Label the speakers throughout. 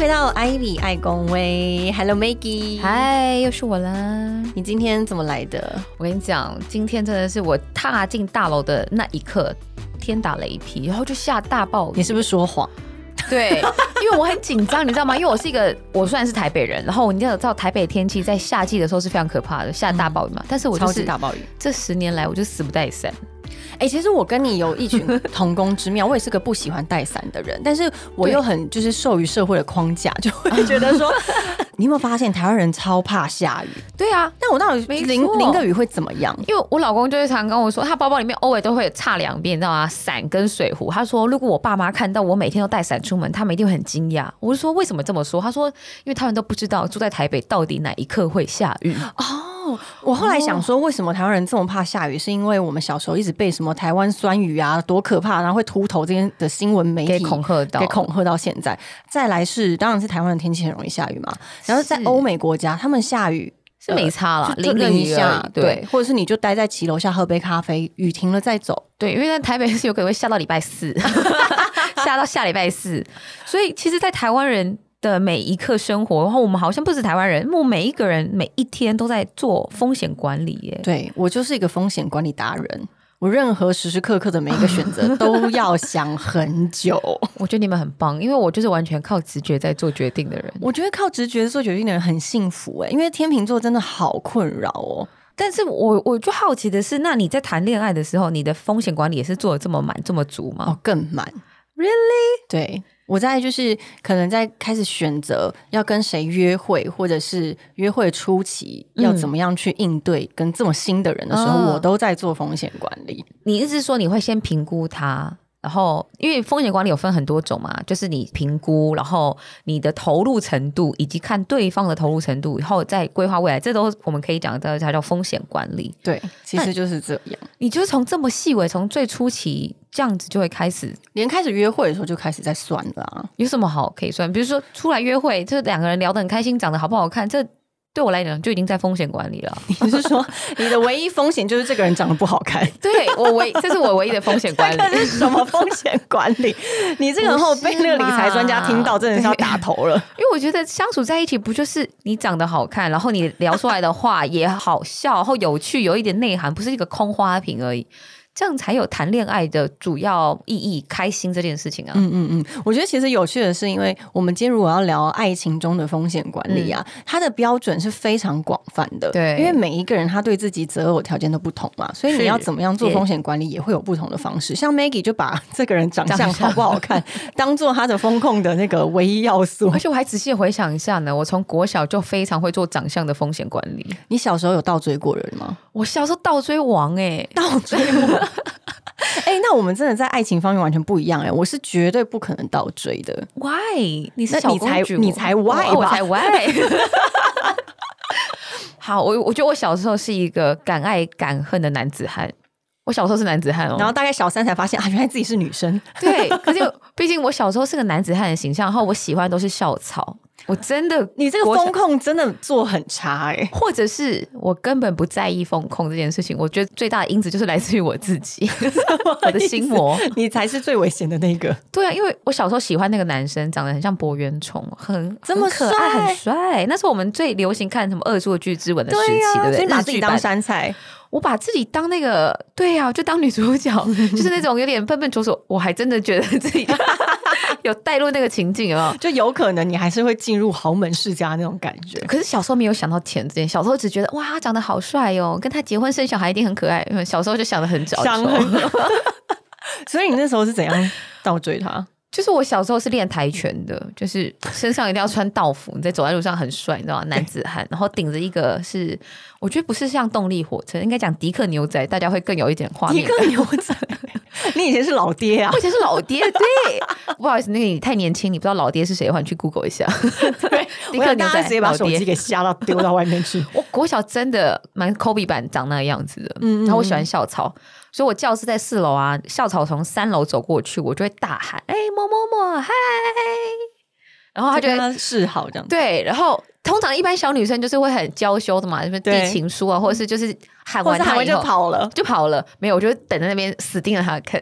Speaker 1: 回到 Ivy 爱公威，Hello Maggie，
Speaker 2: 嗨，又是我啦！
Speaker 1: 你今天怎么来的？
Speaker 2: 我跟你讲，今天真的是我踏进大楼的那一刻，天打雷劈，然后就下大暴雨。
Speaker 1: 你是不是说谎？
Speaker 2: 对，因为我很紧张，你知道吗？因为我是一个，我虽然是台北人，然后你知道台北天气在夏季的时候是非常可怕的，下大暴雨嘛。但是我就
Speaker 1: 超级
Speaker 2: 是
Speaker 1: 大暴雨。
Speaker 2: 这十年来，我就死不带伞。
Speaker 1: 哎、其实我跟你有异 曲同工之妙，我也是个不喜欢带伞的人，但是我又很就是受于社会的框 架，就会觉得说， 你有没有发现台湾人超怕下雨？
Speaker 2: 对啊，
Speaker 1: 但我到底
Speaker 2: 没
Speaker 1: 淋
Speaker 2: 错
Speaker 1: 淋个雨会怎么样？
Speaker 2: 因为我老公就会常跟我说，他包包里面偶尔都会有差两边，你知道吗？伞跟水壶。他说，如果我爸妈看到我每天都带伞出门，他们一定会很惊讶。我就说，为什么这么说？他说，因为他们都不知道住在台北到底哪一刻会下雨。
Speaker 1: 哦，我后来想说，为什么台湾人这么怕下雨，是因为我们小时候一直被什么台湾酸雨啊，多可怕，然后会秃头这些的新闻媒
Speaker 2: 给
Speaker 1: 体
Speaker 2: 恐吓到，
Speaker 1: 给恐吓到现在。再来是，当然是台湾的天气很容易下雨嘛。然后在
Speaker 2: 是
Speaker 1: 欧美国家，他们下雨呃
Speaker 2: 是没差啦，
Speaker 1: 就
Speaker 2: 淋
Speaker 1: 愣
Speaker 2: 淋
Speaker 1: 一
Speaker 2: 雨
Speaker 1: 下
Speaker 2: 而已，
Speaker 1: 对
Speaker 2: 对，
Speaker 1: 或者是你就待在骑楼下喝杯咖啡，雨停了再走。
Speaker 2: 对，因为在台北是有可能会下到礼拜 四，下到下礼拜四，所以其实，在台湾人。的每一刻生活，然后我们好像不止台湾人，我们每一个人每一天都在做风险管理耶。
Speaker 1: 对我就是一个风险管理达人。我任何时时刻刻的每一个选择 都要想很久。
Speaker 2: 我觉得你们很棒，因为我就是完全靠直觉在做决定的人。
Speaker 1: 我觉得靠直觉做决定的人很幸福哎、因为天秤座真的好困扰哦。
Speaker 2: 但是我我就好奇的是，那你在谈恋爱的时候，你的风险管理也是做的这么满、这么足吗？
Speaker 1: 哦，更满。Really？对，我在就是可能在开始选择要跟谁约会，或者是约会初期要怎么样去应对跟这么新的人的时候，
Speaker 2: 哦
Speaker 1: 我都在做风险管理。
Speaker 2: 你意思是说你会先评估它，然后因为风险管理有分很多种嘛，就是你评估，然后你的投入程度，以及看对方的投入程度，以后再规划未来，这都我们可以讲的，它叫风险管理。
Speaker 1: 对，其实就是这样。
Speaker 2: 你就是从这么细微，从最初期这样子就会开始，
Speaker 1: 连开始约会的时候就开始在算了啊。
Speaker 2: 有什么好可以算？比如说出来约会，这两个人聊得很开心，长得好不好看，这对我来讲就已经在风险管理了。
Speaker 1: 你是说你的唯一风险就是这个人长得不好 看？
Speaker 2: 对我唯这是我唯一的风 险管
Speaker 1: 这
Speaker 2: 理。
Speaker 1: 是什么风险管理？你这个人后被那个理财专家听到，真的是要打头了。
Speaker 2: 因为我觉得相处在一起，不就是你长得好看，然后你聊出来的话也好笑，然后有趣，有一点内涵，不是一个空花瓶而已，这样才有谈恋爱的主要意义，开心这件事情啊。
Speaker 1: 嗯嗯嗯，我觉得其实有趣的是，因为我们今天如果要聊爱情中的风险管理啊，它的标准是非常广泛的。
Speaker 2: 对
Speaker 1: 因为每一个人他对自己择偶条件都不同嘛，所以你
Speaker 2: 是
Speaker 1: 要怎么样做
Speaker 2: 也
Speaker 1: 风险管理也会有不同的方式。像 Maggie 就把这个人长相
Speaker 2: 长相
Speaker 1: 好不好看 当做他的风控的那个唯一要素
Speaker 2: 而。且我还仔细回想一下呢，我从国小就非常会做长相的风险管理。
Speaker 1: 你小时候有倒追过人吗？
Speaker 2: 我小时候倒追王哎、
Speaker 1: 倒追我。 哎、那我们真的在爱情方面完全不一样哎、我是绝对不可能倒追的。
Speaker 2: Why？你是
Speaker 1: 那
Speaker 2: 小
Speaker 1: 你
Speaker 2: 公
Speaker 1: 才
Speaker 2: 主，哦
Speaker 1: 你才 why
Speaker 2: 我我
Speaker 1: 吧
Speaker 2: 才 Why？好，我我觉得我小时候是一个敢爱敢恨的男子汉。我小时候是男子汉哦，
Speaker 1: 然后大概小三才发现啊，原来自己是女生。
Speaker 2: 对，可是毕竟我小时候是个男子汉的形象，然后我喜欢都是校草，我真的
Speaker 1: 你这个
Speaker 2: 国小
Speaker 1: 风控真的做很差哎、
Speaker 2: 或者是我根本不在意风控这件事情，我觉得最大的因子就是来自于我自己， 我的心魔。
Speaker 1: 你才是最危险的那个。
Speaker 2: 对啊，因为我小时候喜欢那个男生，长得很像博元崇，很
Speaker 1: 这么
Speaker 2: 很可爱，
Speaker 1: 帅
Speaker 2: 很帅。那是我们最流行看什么《恶作剧之吻》的时期，对,、不
Speaker 1: 啊所
Speaker 2: 对？
Speaker 1: 以把
Speaker 2: 日
Speaker 1: 自
Speaker 2: 剧
Speaker 1: 己当
Speaker 2: 版
Speaker 1: 山菜。
Speaker 2: 我把自己当那个，对啊，就当女 主角，就是那种有点笨笨拙拙。我还真的觉得自己 有带入那个情境啊。
Speaker 1: 就有可能你还是会进入豪门世家那种感觉。
Speaker 2: 可是小时候没有想到钱这件，小时候只觉得哇，他长得好帅哦，跟他结婚生小孩一定很可爱。嗯小时候就想的很早，
Speaker 1: 想很 所以你那时候是怎样倒追他？
Speaker 2: 就是我小时候是练跆拳的，就是身上一定要穿道服，你在走在路上很帅，你知道吗？男子汉，然后顶着一个是，我觉得不是像动力火车，应该讲迪克牛仔，大家会更有一点画
Speaker 1: 一
Speaker 2: 面。
Speaker 1: 个牛仔，你以前是老爹啊
Speaker 2: 我？以前是老爹，对， 不好意思，那个你太年轻，你不知道老爹是谁的话，你去 Google 一下。对，迪
Speaker 1: 我
Speaker 2: 克
Speaker 1: 想大
Speaker 2: 牛
Speaker 1: 家
Speaker 2: 仔
Speaker 1: 直接把
Speaker 2: 老
Speaker 1: 手
Speaker 2: 爹
Speaker 1: 机给吓到丢到外面去。
Speaker 2: 我国小真的蛮 Kobe 版长那个样子的，
Speaker 1: 嗯嗯嗯
Speaker 2: 然后我喜欢校草，所以我教室在四楼啊，校草从三楼走过去，我就会大喊：“哎、某某某，嗨！”然 后他就
Speaker 1: 跟
Speaker 2: 会
Speaker 1: 他示好这样子。
Speaker 2: 对，然后通常一般小女生就是会很娇羞的嘛，什么
Speaker 1: 对
Speaker 2: 递情书啊，或者是就是喊
Speaker 1: 或
Speaker 2: 完
Speaker 1: 者他
Speaker 2: 他
Speaker 1: 们
Speaker 2: 以
Speaker 1: 就
Speaker 2: 后
Speaker 1: 跑了。
Speaker 2: 就跑了，没有，我就等在那边死盯着他看。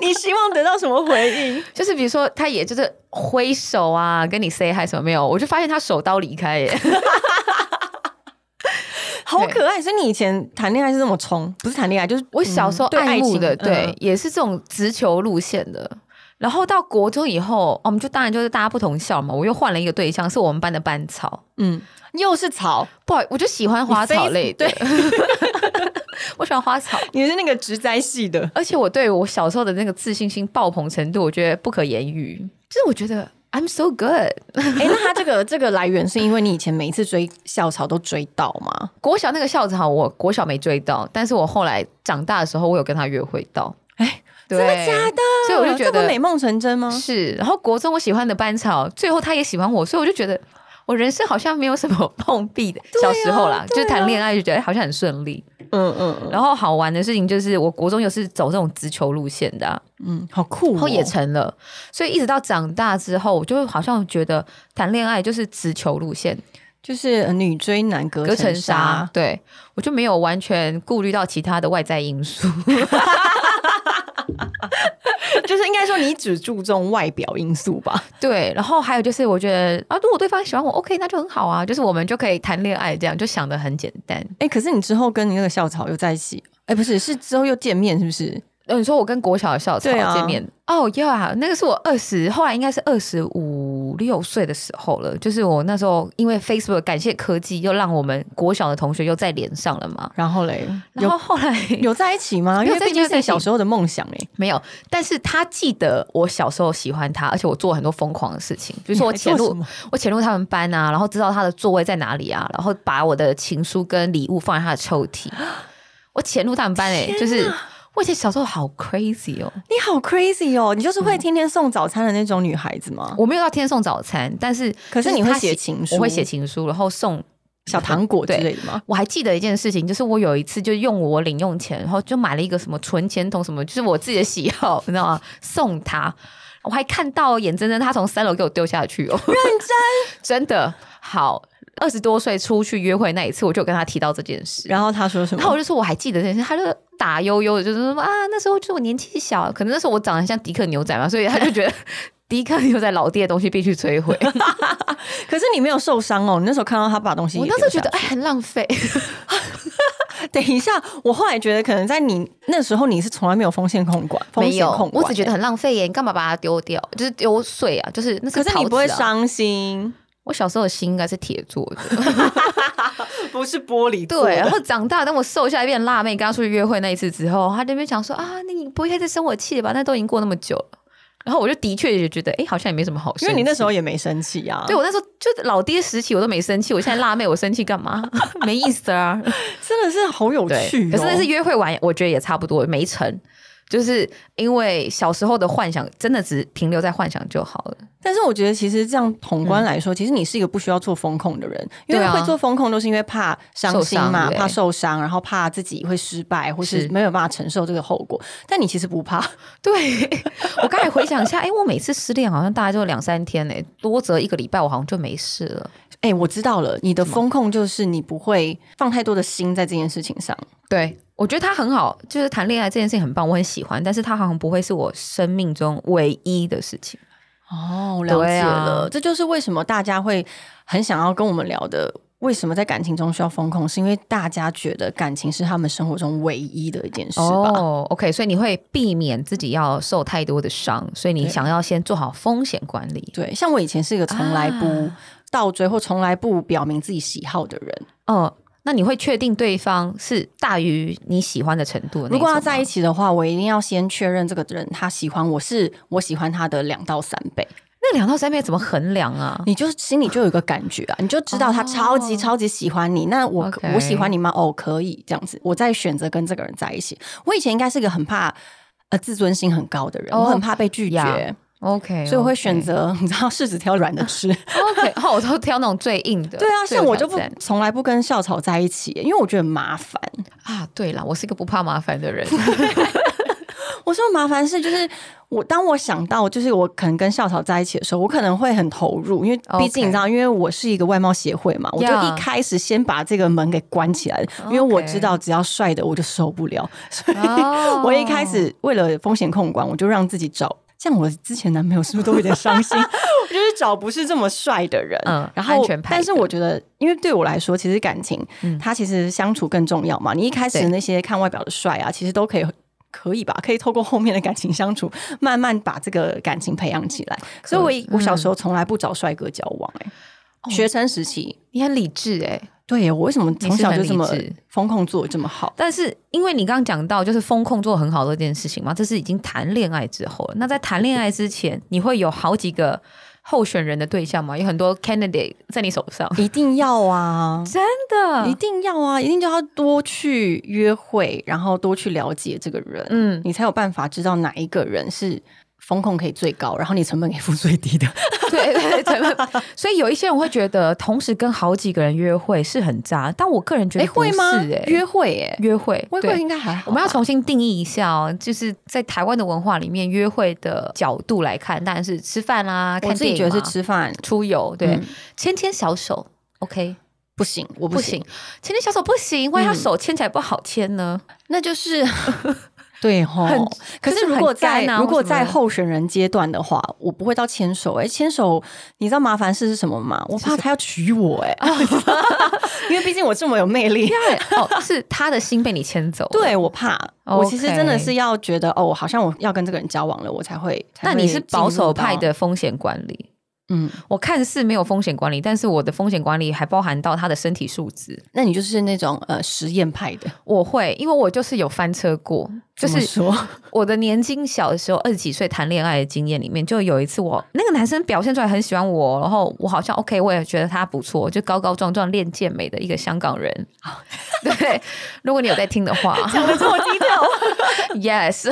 Speaker 1: 你希望得到什么回应？
Speaker 2: 就是比如说，他也就是挥手啊，跟你 say hi 什么没有，我就发现他手刀离开耶。
Speaker 1: 好可爱！所以你以前谈恋爱是这么冲，不是谈恋爱，就是
Speaker 2: 我小时候
Speaker 1: 嗯对
Speaker 2: 爱慕的，
Speaker 1: 情
Speaker 2: 对，也是这种直球路线的。然后到国中以后，哦我们就当然就是大家不同校嘛，我又换了一个对象，是我们班的班草。
Speaker 1: 嗯，嗯又是草，
Speaker 2: 不好，我就喜欢花草类的，
Speaker 1: 你非
Speaker 2: 我喜欢花草。
Speaker 1: 你是那个植栽系的，
Speaker 2: 而且我对我小时候的那个自信心爆棚程度，我觉得不可言喻。就是我觉得 I'm so good。
Speaker 1: 哎、那他这 个这个来源是因为你以前每一次追校草都追到吗？
Speaker 2: 国小那个校草，我国小没追到，但是我后来长大的时候，我有跟他约会到。
Speaker 1: 哎
Speaker 2: 对，
Speaker 1: 真的假的？
Speaker 2: 所以我就觉
Speaker 1: 这
Speaker 2: 得
Speaker 1: 不美梦成真吗？
Speaker 2: 是，然后国中我喜欢的班草，最后他也喜欢我，所以我就觉得我人生好像没有什么碰壁的。
Speaker 1: 对啊
Speaker 2: 小时候啦，
Speaker 1: 对啊
Speaker 2: 就谈恋爱就觉得好像很顺利。
Speaker 1: 嗯嗯
Speaker 2: 然后好玩的事情就是，我国中又是走这种直球路线的啊、
Speaker 1: 嗯，好酷、哦，
Speaker 2: 然后也成了。所以一直到长大之后，我就好像觉得谈恋爱就是直球路线，
Speaker 1: 就是呃女追男隔
Speaker 2: 隔层
Speaker 1: 层
Speaker 2: 纱
Speaker 1: 纱。。
Speaker 2: 对我就没有完全顾虑到其他的外在因素。
Speaker 1: 就是应该说你只注重外表因素 吧？
Speaker 2: 对，然后还有就是，我觉得啊，如果对方喜欢我，OK，那就很好啊，就是我们就可以谈恋爱，这样就想的很简单。
Speaker 1: 哎、可是你之后跟你那个校草又在一起，哎、不是，是之后又见面是不是？
Speaker 2: 呃，你说我跟国小的校草
Speaker 1: 对啊
Speaker 2: 见面，哦呀，那个是我二十，后来应该是二十五六岁的时候了，就是我那时候因为 Facebook 感谢科技，又让我们国小的同学又再连上了嘛。
Speaker 1: 然后嘞，
Speaker 2: 然
Speaker 1: 有
Speaker 2: 后后来
Speaker 1: 嗯有在一起吗？
Speaker 2: 有
Speaker 1: 因为
Speaker 2: 在
Speaker 1: 毕
Speaker 2: 一起
Speaker 1: 竟
Speaker 2: 有在
Speaker 1: 是
Speaker 2: 一起
Speaker 1: 小时候的梦想哎、
Speaker 2: 没有，但是他记得我小时候喜欢他，而且我做很多疯狂的事情，比如说我
Speaker 1: 你还做
Speaker 2: 潜入
Speaker 1: 什么
Speaker 2: 我潜入他们班啊，然后知道他的座位在哪里啊，然后把我的情书跟礼物放在他的抽 屉。我潜入他们班哎、就是我以前小时候好 crazy 哦，
Speaker 1: 你好 crazy 哦！你就是会天天送早餐的那种女孩子吗？
Speaker 2: 我没有到天天送早餐，但是
Speaker 1: 可是
Speaker 2: 就
Speaker 1: 你会
Speaker 2: 他
Speaker 1: 写情书
Speaker 2: 我会写情书，然后送。
Speaker 1: 小糖果之
Speaker 2: 对
Speaker 1: 类的吗？
Speaker 2: 我还记得一件事情，就是我有一次就用我零用钱，然后就买了一个什么存钱筒，什么就是我自己的喜好，你知道吗？送他，我还看到眼睁睁他从三楼给我丢下去 哦，认真，真的好。二十多岁出去约会那一次，我就有跟他提到这件事，
Speaker 1: 然后他说什么？
Speaker 2: 然后我就说我还记得这件事，他就打悠悠的，就是说啊，那时候就是我年纪小，可能那时候我长得像迪克牛仔嘛，所以他就觉得 迪克牛仔老爹的东西必须摧毁。
Speaker 1: 可是你没有受伤哦，你那时候看到他把东西也
Speaker 2: 我
Speaker 1: 留下，
Speaker 2: 那时候觉得哎，很浪费。
Speaker 1: 等一下，我后来觉得可能在你那时候你是从来没有风险控管，风
Speaker 2: 没
Speaker 1: 险
Speaker 2: 有
Speaker 1: 控管，
Speaker 2: 我只觉得很浪费耶，你干嘛把它丢掉？就是丢碎啊，就是那
Speaker 1: 可是
Speaker 2: 陶
Speaker 1: 你
Speaker 2: 瓷
Speaker 1: 不会
Speaker 2: 啊。
Speaker 1: 伤心，
Speaker 2: 我小时候的心应该是铁做 的，
Speaker 1: 不是玻璃做的
Speaker 2: 对。然后长大，等我瘦下来变辣妹，跟她出去约会那一次之后，她那边讲说啊，那你不会再生我气了吧？那都已经过那么久了。然后我就的确也觉得，哎，好像也没什么好生气。
Speaker 1: 因为你那时
Speaker 2: 候，
Speaker 1: 候也没生气啊，
Speaker 2: 对，我那时候就老爹时期，我都没生气。我现在辣妹，我生气干 嘛？没意思 啊。
Speaker 1: 真的是好有
Speaker 2: 对，
Speaker 1: 趣、哦。
Speaker 2: 可是那次约会完，我觉得也差不多没成，就是因为小时候的幻想，真的只停留在幻想就好了。
Speaker 1: 但是我觉得其实这样宏观来说，其实你是一个不需要做风控的人，因为
Speaker 2: 嗯对啊
Speaker 1: 会做风控都是因为怕伤心
Speaker 2: 受
Speaker 1: 嘛，
Speaker 2: 伤对
Speaker 1: 怕受伤，然后怕自己会失败，或是
Speaker 2: 是
Speaker 1: 没有办法承受这个后果。但你其实不怕，
Speaker 2: 对我刚才回想一下，哎、我每次失恋好像大概就两三天呢、多则一个礼拜，我好像就没事了。
Speaker 1: 哎、我知道了，你的风控就是你不会放太多的心在这件事情上。
Speaker 2: 对，我觉得他很好，就是谈恋爱这件事情很棒，我很喜欢，但是他好像不会是我生命中唯一的事情。
Speaker 1: 哦，了
Speaker 2: 对
Speaker 1: 解
Speaker 2: 啊
Speaker 1: 了，这就是为什么大家会很想要跟我们聊的。为什么在感情中需要风控？是因为大家觉得感情是他们生活中唯一的一件事吧？
Speaker 2: 哦、o k 所以你会避免自己要受太多的伤，所以你
Speaker 1: 对
Speaker 2: 想要先做好风险管理。
Speaker 1: 对，像我以前是一个从来不
Speaker 2: 啊
Speaker 1: 倒追或从来不表明自己喜好的人。
Speaker 2: 哦、那你会确定对方是大于你喜欢的程度的那
Speaker 1: 如果要在一
Speaker 2: 起，
Speaker 1: 起的话，我一定要先确认这个人他喜欢我是我喜欢他的两到三倍，
Speaker 2: 那两到三倍怎么衡量啊？
Speaker 1: 你就心里就有一个感觉啊，你就知道他超级
Speaker 2: 哦
Speaker 1: 超级喜欢你。那我
Speaker 2: OK
Speaker 1: 我喜欢你吗？哦，可以这样子，我再选择跟这个人在一起。我以前应该是个很怕。呃，自尊心很高的人，
Speaker 2: 哦
Speaker 1: 我很怕被拒绝
Speaker 2: yeah，OK，
Speaker 1: 所以我会
Speaker 2: OK
Speaker 1: 选。择， 你知道，柿子挑软的 吃。
Speaker 2: OK，哦，我都挑那种最硬的。
Speaker 1: 对啊，
Speaker 2: 最有
Speaker 1: 像我就
Speaker 2: 挑
Speaker 1: 不
Speaker 2: 战
Speaker 1: 从来不跟校草在一起，因为我觉得很麻烦。
Speaker 2: 啊，对啦，我是一个不怕麻烦的人。
Speaker 1: 我说麻烦是就是我当我想到就是我可能跟校草在一起的时候，我可能会很投入，因为
Speaker 2: OK
Speaker 1: 毕竟你知道，因为我是一个外貌协会嘛，我就
Speaker 2: Yeah
Speaker 1: 一开始先把这个门给关起来，因为我知道只要帅的我就受不了，所以
Speaker 2: 哦
Speaker 1: 我一开始为了风险控管，我就让自己找。像我之前男朋友是不是都有点伤 心？我就是找不是这么帅的人，
Speaker 2: 嗯
Speaker 1: 然后
Speaker 2: 安全牌的
Speaker 1: 但是我觉得，因为对我来说，其实感情、
Speaker 2: 嗯
Speaker 1: 它其实相处更重要嘛。你一开始
Speaker 2: 对
Speaker 1: 那些看外表的帅啊，其实都可以。可以吧？可以透过后面的感情相处，慢慢把这个感情培养起来。所以我一，
Speaker 2: 嗯
Speaker 1: 我小时候从来不找帅哥交往、欸，
Speaker 2: 哦
Speaker 1: 学生时期，
Speaker 2: 你很理智哎、
Speaker 1: 对耶我为什么从小就这么
Speaker 2: 你是很理智
Speaker 1: 风控做的这么 好？
Speaker 2: 但是因为你刚刚讲到就是风控做得很好的这件事情嘛，这是已经谈恋爱之后了。那在谈恋爱之前，你会有好几个候选人的对象吗？有很多 candidate 在你手上，
Speaker 1: 一定要啊！
Speaker 2: 真的
Speaker 1: 一定要啊，一定就要多去约会，然后多去了解这个人，
Speaker 2: 嗯
Speaker 1: 你才有办法知道哪一个人是风控可以最高，然后你成本可以付最低的。
Speaker 2: 对对对对，所以有一些人会觉得同时跟好几个人约会是很渣，但我个人觉
Speaker 1: 哎、
Speaker 2: 得不
Speaker 1: 会
Speaker 2: 是、
Speaker 1: 吗？
Speaker 2: 哎
Speaker 1: 约会、耶，
Speaker 2: 约会
Speaker 1: 约
Speaker 2: 对
Speaker 1: 会应该还好。
Speaker 2: 我们要重新定义一下哦，就是在台湾的文化里面，约会的角度来看，当然是吃饭啦、
Speaker 1: 我
Speaker 2: 看
Speaker 1: 自己
Speaker 2: 电影
Speaker 1: 觉
Speaker 2: 嘛、
Speaker 1: 得是吃饭
Speaker 2: 出游，对，
Speaker 1: 嗯
Speaker 2: 牵牵小手，OK，
Speaker 1: 不行，我
Speaker 2: 不
Speaker 1: 不
Speaker 2: 行
Speaker 1: 行，，嗯
Speaker 2: 牵牵小手不行，万一他手牵起来不好 牵呢？
Speaker 1: 那就是对吼
Speaker 2: 很。
Speaker 1: 可
Speaker 2: 就是
Speaker 1: 是如
Speaker 2: 很
Speaker 1: 果在、
Speaker 2: 干啊
Speaker 1: 如果
Speaker 2: 或什么
Speaker 1: 在
Speaker 2: 的
Speaker 1: 候选人阶段的话，我不会到牵手、哎，牵手你知道麻烦事是什么吗？我怕他要娶我、哎， 因为毕竟我这么有魅力。
Speaker 2: 哦，是他的心被你牵走，。
Speaker 1: 对我怕，我其实
Speaker 2: OK
Speaker 1: 真的是要觉得哦，好像我要跟这个人交往了，我才会。
Speaker 2: 那
Speaker 1: 才会
Speaker 2: 你是保守派
Speaker 1: 进入到，
Speaker 2: 的风险管理，
Speaker 1: 嗯，
Speaker 2: 我看似没有风险管理，但是我的风险管理还包含到他的身体素质。
Speaker 1: 那你就是那种呃实验派的，
Speaker 2: 我会，因为我就是有翻车过，就
Speaker 1: 怎么
Speaker 2: 是
Speaker 1: 说
Speaker 2: 我的年轻小的时候，二十几岁谈恋爱的经验里面，就有一次我那个男生表现出来很喜欢我，然后我好像 OK，我也觉得他不错，就高高壮壮、练健美的一个香港人。 对，如果你有在听的话
Speaker 1: 讲的这么低调，
Speaker 2: ，Yes。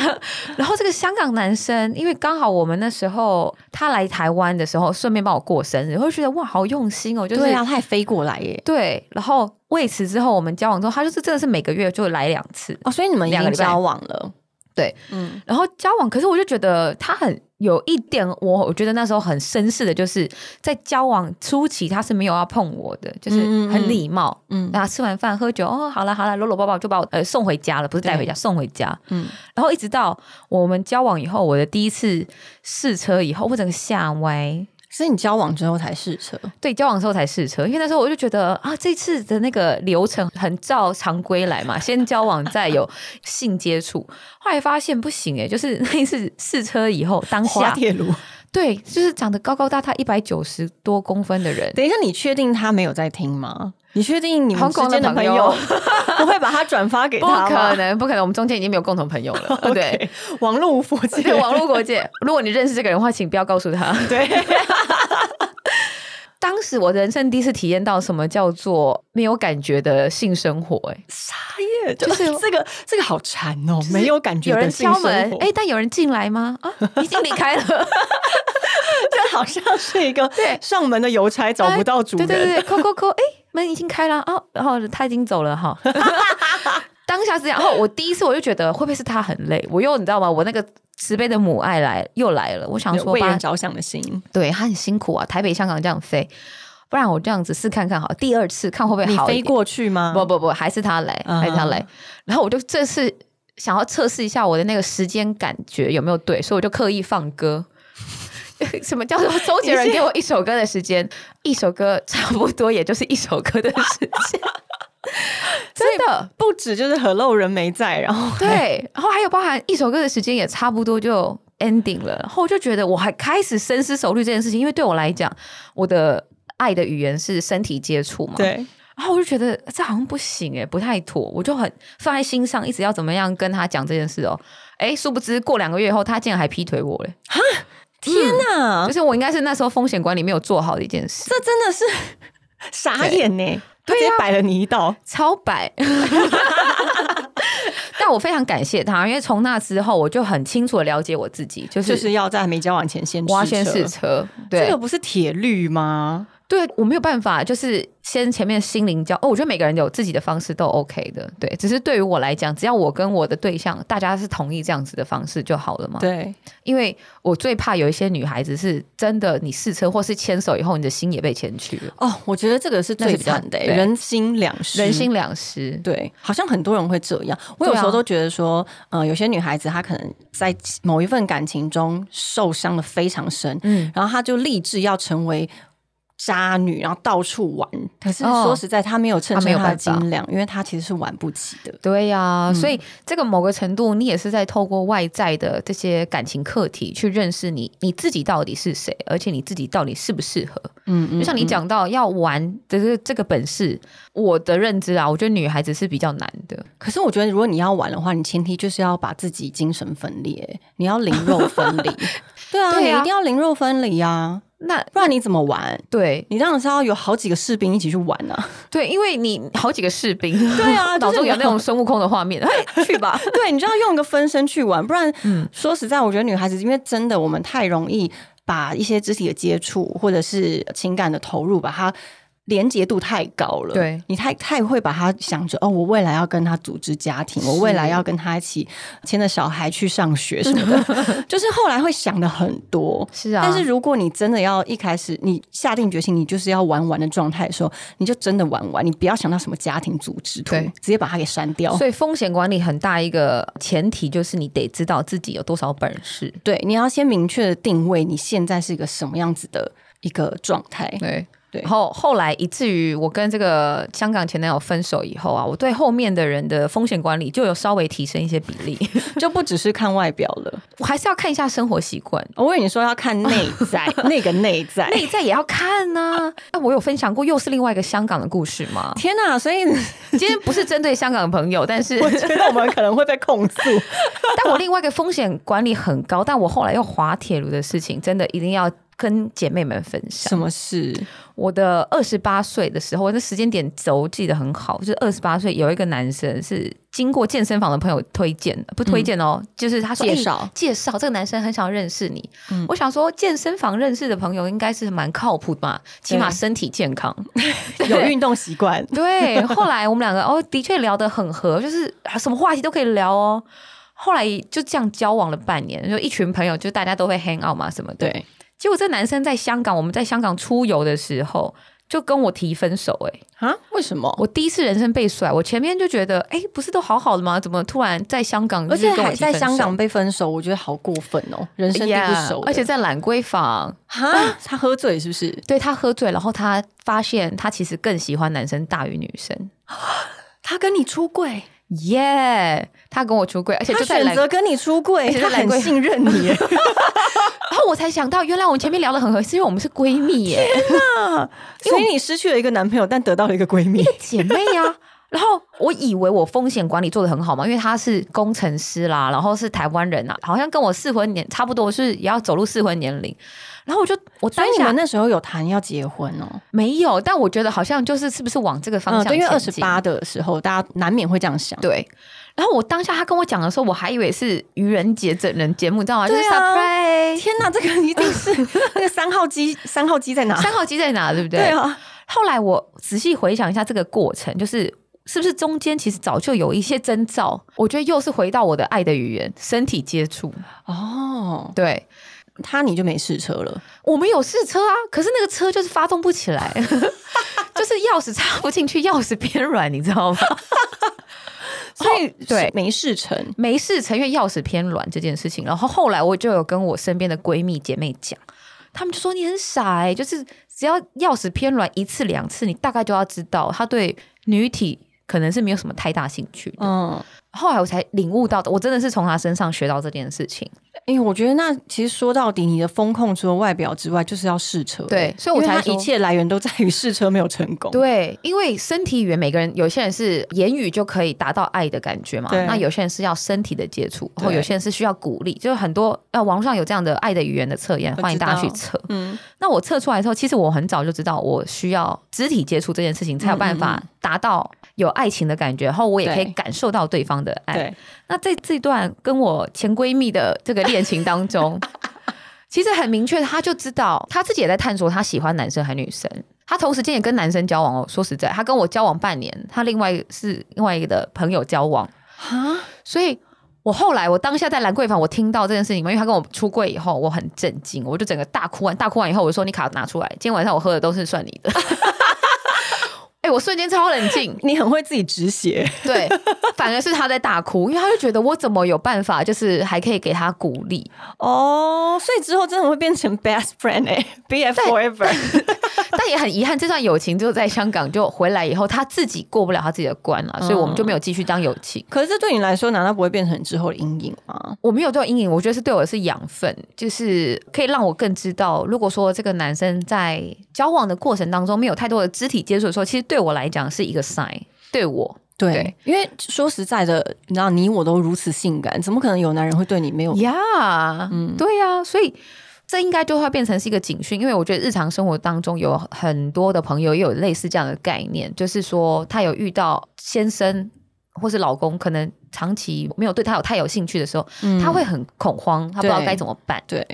Speaker 2: 然后这个香港男生，因为刚好我们那时候他来台湾的时候，顺便帮我过生日，我就觉得哇，好用心哦，就 是
Speaker 1: 对啊，他还飞过来耶。
Speaker 2: 对然后为此之后我们交往之后，他就是真的是每个月就来两次。
Speaker 1: 哦，所以你们已
Speaker 2: 两个
Speaker 1: 经
Speaker 2: 礼拜
Speaker 1: 交往了，
Speaker 2: 对，
Speaker 1: 嗯，
Speaker 2: 然后交往，可是我就觉得他很有一点我，我觉得那时候很绅士的，就是在交往初期他是没有要碰我的，就是
Speaker 1: 嗯嗯嗯
Speaker 2: 很礼貌。
Speaker 1: 嗯
Speaker 2: 然后吃完饭喝酒，哦，好了好了，搂搂抱抱就把我呃送回家了，不是带回家，送回家。
Speaker 1: 嗯，
Speaker 2: 然后一直到我们交往以后，我的第一次试车以后，我整个吓歪。
Speaker 1: 是你交往之后才试车，
Speaker 2: 对，交往的时候才试车，因为那时候我就觉得啊，这次的那个流程很照常规来嘛，先交往再有性接触。后来发现不行哎、 就是那一次试车以后，当
Speaker 1: 滑
Speaker 2: 下
Speaker 1: 铁卢。
Speaker 2: 对，就是长得高高大大一百九十多公分的人，
Speaker 1: 等一下，你确定他没有在听吗？你确定你们
Speaker 2: 香
Speaker 1: 之
Speaker 2: 港的
Speaker 1: 间的
Speaker 2: 朋
Speaker 1: 朋
Speaker 2: 友
Speaker 1: 友 不会把他转发给
Speaker 2: 不
Speaker 1: 他
Speaker 2: 可
Speaker 1: 吗？
Speaker 2: 能，不可能，我们中间已经没有共同朋友了。 对，
Speaker 1: OK，网络无国界，
Speaker 2: 对，网络国界，如果你认识这个人的话，请不要告诉他。
Speaker 1: 对，
Speaker 2: 当时我人生第一次体验到什么叫做没有感觉的性生活、欸，
Speaker 1: 傻耶，就
Speaker 2: 就是
Speaker 1: 是这个这个好馋哦，没有感觉
Speaker 2: 有人
Speaker 1: 的性
Speaker 2: 敲
Speaker 1: 生活，
Speaker 2: 门，哎、但有人进来吗？啊，已经离开了，
Speaker 1: 这好像是一个
Speaker 2: 对
Speaker 1: 上门的邮差找不到主人，
Speaker 2: 对对对，扣扣扣，哎、门已经开了哦，然后他已经走 了哈。当下是这样，然后我第一次我就觉得会不会是他很累？我又你知道吗？我那个慈悲的母爱来又来了，我想
Speaker 1: 有
Speaker 2: 说
Speaker 1: 为
Speaker 2: 吧
Speaker 1: 人，着想的心，
Speaker 2: 对他很辛苦啊，台北、香港这样飞，不然我这样子试看看好，第二次看会不会
Speaker 1: 你
Speaker 2: 好一
Speaker 1: 飞
Speaker 2: 点？
Speaker 1: 过去吗？
Speaker 2: 不不不，还是他来，
Speaker 1: 嗯
Speaker 2: 还是他来。然后我就这次想要测试一下我的那个时间感觉有没有对，所以我就刻意放歌。 什么叫做周杰伦给我一首歌的 时间？一首歌差不多也就是一首歌的时 间，真的。
Speaker 1: 不止就是和漏人没在，然后
Speaker 2: 对，然后还有包含一首歌的时间也差不多就 ending 了，然后我就觉得我还开始深思熟虑这件事情，因为对我来讲，我的爱的语言是身体接触嘛，
Speaker 1: 对，
Speaker 2: 然后我就觉得这好像不行哎、不太妥，我就很放在心上，一直要怎么样跟他讲这件事哦。哎，殊不知过两个月后，他竟然还劈腿我嘞、
Speaker 1: 天哪
Speaker 2: 就，是我应该是那时候风险管理没有做好的一件事，
Speaker 1: 这真的是傻眼呢，他直接摆了你一道，
Speaker 2: 超白。 但我非常感谢他，因为从那之后我就很清楚的了解我自己，就是
Speaker 1: 就是要在没交往前先
Speaker 2: 我要先
Speaker 1: 试
Speaker 2: 试
Speaker 1: 车。
Speaker 2: 车，对
Speaker 1: 这个不是铁律吗？
Speaker 2: 对我没有办法，就是先前面心灵交哦，我觉得每个人有自己的方式都 OK 的，对，只是对于我来讲，只要我跟我的对象大家是同意这样子的方式就好了嘛。
Speaker 1: 对，
Speaker 2: 因为我最怕有一些女孩子是真的，你试车或是牵手以后，你的心也被牵去了，
Speaker 1: 哦，我觉得这个是
Speaker 2: 那
Speaker 1: 最
Speaker 2: 是比较
Speaker 1: 惨的、
Speaker 2: 对
Speaker 1: 人心两失，
Speaker 2: 人心两失。嗯
Speaker 1: 对，好像很多人会这样。我有
Speaker 2: 对啊
Speaker 1: 时候都觉得说，呃，有些女孩子她可能在某一份感情中受伤的非常深，
Speaker 2: 嗯，
Speaker 1: 然后她就立志要成为渣女，然后到处玩。可是
Speaker 2: 哦
Speaker 1: 说实在，她没有衬
Speaker 2: 她没有
Speaker 1: 出她的
Speaker 2: 办法
Speaker 1: 斤两，因为她其实是玩不起的。
Speaker 2: 对呀、
Speaker 1: 嗯
Speaker 2: 所以这个某个程度，你也是在透过外在的这些感情课题去认识你你自己到底是谁，而且你自己到底适不适合。
Speaker 1: 嗯
Speaker 2: 就像你，讲到要玩的这这个本事，我的认知啊，我觉得女孩子是比较难的。
Speaker 1: 可是我觉得如果你要玩的话，你前提就是要把自己精神分裂，你要灵肉分 离。对啊，
Speaker 2: 对啊
Speaker 1: 你一定要灵肉分离啊，
Speaker 2: 那
Speaker 1: 不然你怎么玩？
Speaker 2: 对
Speaker 1: 你当然是要有好几个士兵一起去玩啊。
Speaker 2: 对，因为你好几个士兵，
Speaker 1: 对啊就是
Speaker 2: 脑中有那
Speaker 1: 你
Speaker 2: 种孙悟空的画面，哎，去吧。
Speaker 1: 对，你就要用一个分身去玩，不然
Speaker 2: 嗯
Speaker 1: 说实在，我觉得女孩子因为真的我们太容易把一些肢体的接触或者是情感的投入，把它连结度太高了。
Speaker 2: 对
Speaker 1: 你太太会把它想着哦，我未来要跟他组织家庭，我未来要跟他一起牵着小孩去上学什么 的，就是后来会想的很多。
Speaker 2: 是啊，
Speaker 1: 但是如果你真的要一开始你下定决心，你就是要玩玩的状态的时候，你就真的玩玩，你不要想到什么家庭组织图，
Speaker 2: 对
Speaker 1: 直接把它给删掉。
Speaker 2: 所以风险管理很大一个前提就是你得知道自己有多少本事。
Speaker 1: 对，你要先明确的定位你现在是一个什么样子的一个状态。
Speaker 2: 对
Speaker 1: 对
Speaker 2: 然后后来以至于我跟这个香港前男友分手以后啊，我对后面的人的风险管理就有稍微提升一些比例。
Speaker 1: 就不只是看外表了。
Speaker 2: 我还是要看一下生活习惯，
Speaker 1: 我跟你说要看内 在，那个内在。
Speaker 2: 内在也要看呐、那我有分享过又是另外一个香港的故事
Speaker 1: ？
Speaker 2: 吗
Speaker 1: 天哪、所以
Speaker 2: 今天不是针对香港的朋友，但是
Speaker 1: 我觉得我们可能会被控诉。
Speaker 2: 但我另外一个风险管理很高，但我后来又滑铁卢的事情，真的一定要跟姐妹们分享。
Speaker 1: 么事？
Speaker 2: 我的二十八岁的时候，我的时间点轴记得很好，就是二十八岁有一个男生是经过健身房的朋友推荐的，不推荐哦，就是他说
Speaker 1: 嗯介
Speaker 2: 哎
Speaker 1: 绍
Speaker 2: 介绍这个男生很想认识你。
Speaker 1: 嗯
Speaker 2: 我想说健身房认识的朋友应该是蛮靠谱的嘛，起码
Speaker 1: 对
Speaker 2: 身体健康，
Speaker 1: 有
Speaker 2: 对
Speaker 1: 运动习惯。
Speaker 2: 对，后来我们两个哦，的确聊得很合，就是啊什么话题都可以聊哦。后来就这样交往了半年，就一群朋友，就大家都会 hang out 嘛什么 的。
Speaker 1: 对，
Speaker 2: 结果这男生在香港，我们在香港出游的时候。就跟我提分手、欸，
Speaker 1: 啊？为什么？
Speaker 2: 我第一次人生被甩，我前面就觉得，哎、不是都好好的吗？怎么突然在香港，
Speaker 1: 而且
Speaker 2: 跟我
Speaker 1: 还
Speaker 2: 提
Speaker 1: 在
Speaker 2: 分手
Speaker 1: 香港被分手，我觉得好过分哦，人生地不
Speaker 2: Yeah，
Speaker 1: 熟的。
Speaker 2: 而且在懒龟坊，
Speaker 1: 哈，他喝醉是不是？
Speaker 2: 对他喝醉，然后他发现他其实更喜欢男生大于女生，
Speaker 1: 他跟你出柜，
Speaker 2: 耶、他跟我出轨，而且
Speaker 1: 他
Speaker 2: 就在
Speaker 1: 选
Speaker 2: 懒
Speaker 1: 择跟你出柜，
Speaker 2: 而且
Speaker 1: 他
Speaker 2: 在兰
Speaker 1: 很
Speaker 2: 桂
Speaker 1: 信任你耶。
Speaker 2: 然后我才想到，原来我们前面聊的很合适，因为我们是闺蜜耶，
Speaker 1: 所以你失去了一个男朋友，但得到了一个闺蜜。
Speaker 2: 姐妹呀、然后我以为我风险管理做的很好嘛，因为他是工程师啦，然后是台湾人啊，好像跟我适婚年差不多，是也要走入适婚年龄。然后我就我
Speaker 1: 所
Speaker 2: 当
Speaker 1: 以你
Speaker 2: 下
Speaker 1: 们那时候有谈要结婚哦？
Speaker 2: 没有，但我觉得好像就是是不是往这个方向
Speaker 1: 嗯，
Speaker 2: 前
Speaker 1: 对，
Speaker 2: 进、
Speaker 1: 因为二十八的时候，大家难免会这样想。
Speaker 2: 对。然后我当下他跟我讲的时候，我还以为是愚人节整人节目，你知道吗？就是
Speaker 1: 对啊
Speaker 2: surprise。
Speaker 1: 天哪，这个一定是那个三号机，三号机在哪？
Speaker 2: 三号机在哪？对不对？
Speaker 1: 对啊，
Speaker 2: 后来我仔细回想一下这个过程，就是是不是中间其实早就有一些征兆？我觉得又是回到我的爱的语言，身体接触。
Speaker 1: 哦，
Speaker 2: 对
Speaker 1: 他你就没试车了，
Speaker 2: 我们有试车啊，可是那个车就是发动不起来， 就是钥匙插不进去，钥匙偏软，你知道吗？
Speaker 1: 所以
Speaker 2: 对
Speaker 1: 没试成。
Speaker 2: 没事成，因为钥匙偏软这件事情。然后后来我就有跟我身边的闺蜜姐妹讲，她们就说你很傻哎、就是只要钥匙偏软一次两次，你大概就要知道她对女体可能是没有什么太大兴趣的。
Speaker 1: 嗯，
Speaker 2: 后来我才领悟到的，我真的是从他身上学到这件事情。
Speaker 1: 因为我觉得那其实说到底，你的风控除了外表之外，就是要试车。
Speaker 2: 对所以我
Speaker 1: 因为
Speaker 2: 才
Speaker 1: 它
Speaker 2: 说
Speaker 1: 一切来源都在于试车没有成功。
Speaker 2: 对，因为身体语言，每个人有些人是言语就可以达到爱的感觉嘛，
Speaker 1: 对
Speaker 2: 那有些人是要身体的接触，然后
Speaker 1: 对
Speaker 2: 有些人是需要鼓励，就是很多呃网络上有这样的爱的语言的测验，
Speaker 1: 知道
Speaker 2: 欢迎大家去测。
Speaker 1: 嗯，
Speaker 2: 那我测出来之后，其实我很早就知道我需要肢体接触这件事情，才有办
Speaker 1: 嗯
Speaker 2: 法达到有爱情的感觉，然后我也可以
Speaker 1: 对
Speaker 2: 感受到对方的爱。
Speaker 1: 对，
Speaker 2: 那在这段跟我前闺蜜的这个恋情当中，其实很明确，她就知道她自己也在探索她喜欢男生还是女生，他同时间也跟男生交往哦。说实在，他跟我交往半年，他另外一个是另外一个的朋友交往，
Speaker 1: 哈，
Speaker 2: 所以我后来我当下在兰桂坊，我听到这件事情嘛，因为他跟我出柜以后，我很震惊，我就整个大哭完，大哭完以后，我就说你卡拿出来，今天晚上我喝的都是算你的。 哎、我瞬间超冷静，
Speaker 1: 你很会自己止血，
Speaker 2: 对，反而是他在大哭，因为他就觉得我怎么有办法，就是还可以给他鼓励，
Speaker 1: 哦，所以之后真的会变成 best friend 哎、b f forever。
Speaker 2: 但也很遗憾，这段友情就在香港就回来以后，他自己过不了他自己的关了，所以我们就没有继续当友情。
Speaker 1: 可是这对你来说，难道不会变成你之后的阴影吗？
Speaker 2: 我没有这种阴影，我觉得是对我是养分，就是可以让我更知道，如果说这个男生在交往的过程当中没有太多的肢体接触的时候，其实对我来讲是一个 sign，对我
Speaker 1: 对，因为说实在的，你知道你我都如此性感，怎么可能有男人会对你没有？嗯
Speaker 2: 呀对呀、所以。这应该就会变成是一个警讯，因为我觉得日常生活当中有很多的朋友也有类似这样的概念，就是说他有遇到先生或是老公，可能长期没有对他有太有兴趣的时候，
Speaker 1: 嗯
Speaker 2: 他会很恐慌，他不知道
Speaker 1: 对
Speaker 2: 该怎么办。
Speaker 1: 对。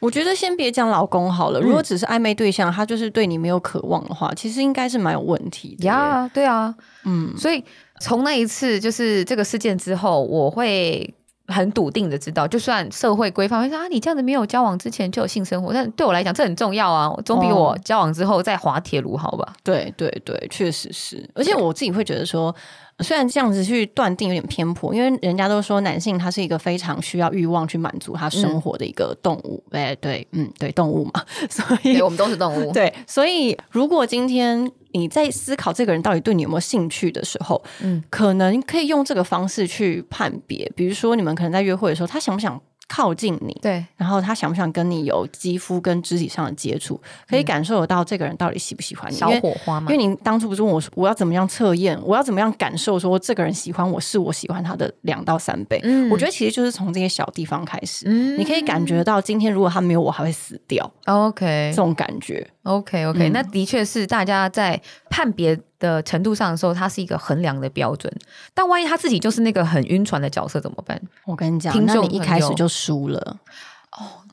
Speaker 1: 我觉得先别讲老公好
Speaker 2: 嗯
Speaker 1: 了，如果只是暧昧对象，他就是对你没有渴望的话，其实应该是蛮有问题的耶。
Speaker 2: 呀对啊，
Speaker 1: 嗯，
Speaker 2: 所以从那一次就是这个事件之后，我会很笃定的知道，就算社会规范会说啊，你这样子没有交往之前就有性生活，但对我来讲这很重要啊，总
Speaker 1: 哦
Speaker 2: 比我交往之后再滑铁卢好 吧？
Speaker 1: 对对对，确实是。而且我自己会觉得说，虽然这样子去断定有点偏颇，因为人家都说男性他是一个非常需要欲望去满足他生
Speaker 2: 嗯
Speaker 1: 活的一个动物。哎、对，嗯，对，动物嘛， 所以
Speaker 2: 对，我们都是动 物。
Speaker 1: 对，所以如果今天你在思考这个人到底对你有没有兴趣的时候，
Speaker 2: 嗯
Speaker 1: 嗯，可能可以用这个方式去判别，比如说你们可能在约会的时候，他想不想靠近你，
Speaker 2: 对
Speaker 1: 然后他想不想跟你有肌肤跟肢体上的接触，可以感受得到这个人到底喜不喜欢你，
Speaker 2: 小
Speaker 1: 因为
Speaker 2: 火花
Speaker 1: 因
Speaker 2: 嘛
Speaker 1: 为，你当初不是问我说我要怎么样测验，我要怎么样感受说这个人喜欢我是我喜欢他的两到三倍，
Speaker 2: 嗯
Speaker 1: 我觉得其实就是从这些小地方开始，
Speaker 2: 嗯
Speaker 1: 你可以感觉到今天如果他没有我还会死掉这
Speaker 2: OK
Speaker 1: 种感觉，
Speaker 2: OK OK，、
Speaker 1: 嗯
Speaker 2: 那的确是大家在判别的程度上的时候，它是一个衡量的标准。但万一他自己就是那个很晕船的角色怎么办？
Speaker 1: 我跟你讲
Speaker 2: 听，
Speaker 1: 那
Speaker 2: 众
Speaker 1: 你一开
Speaker 2: 朋
Speaker 1: 始
Speaker 2: 友
Speaker 1: 就输了，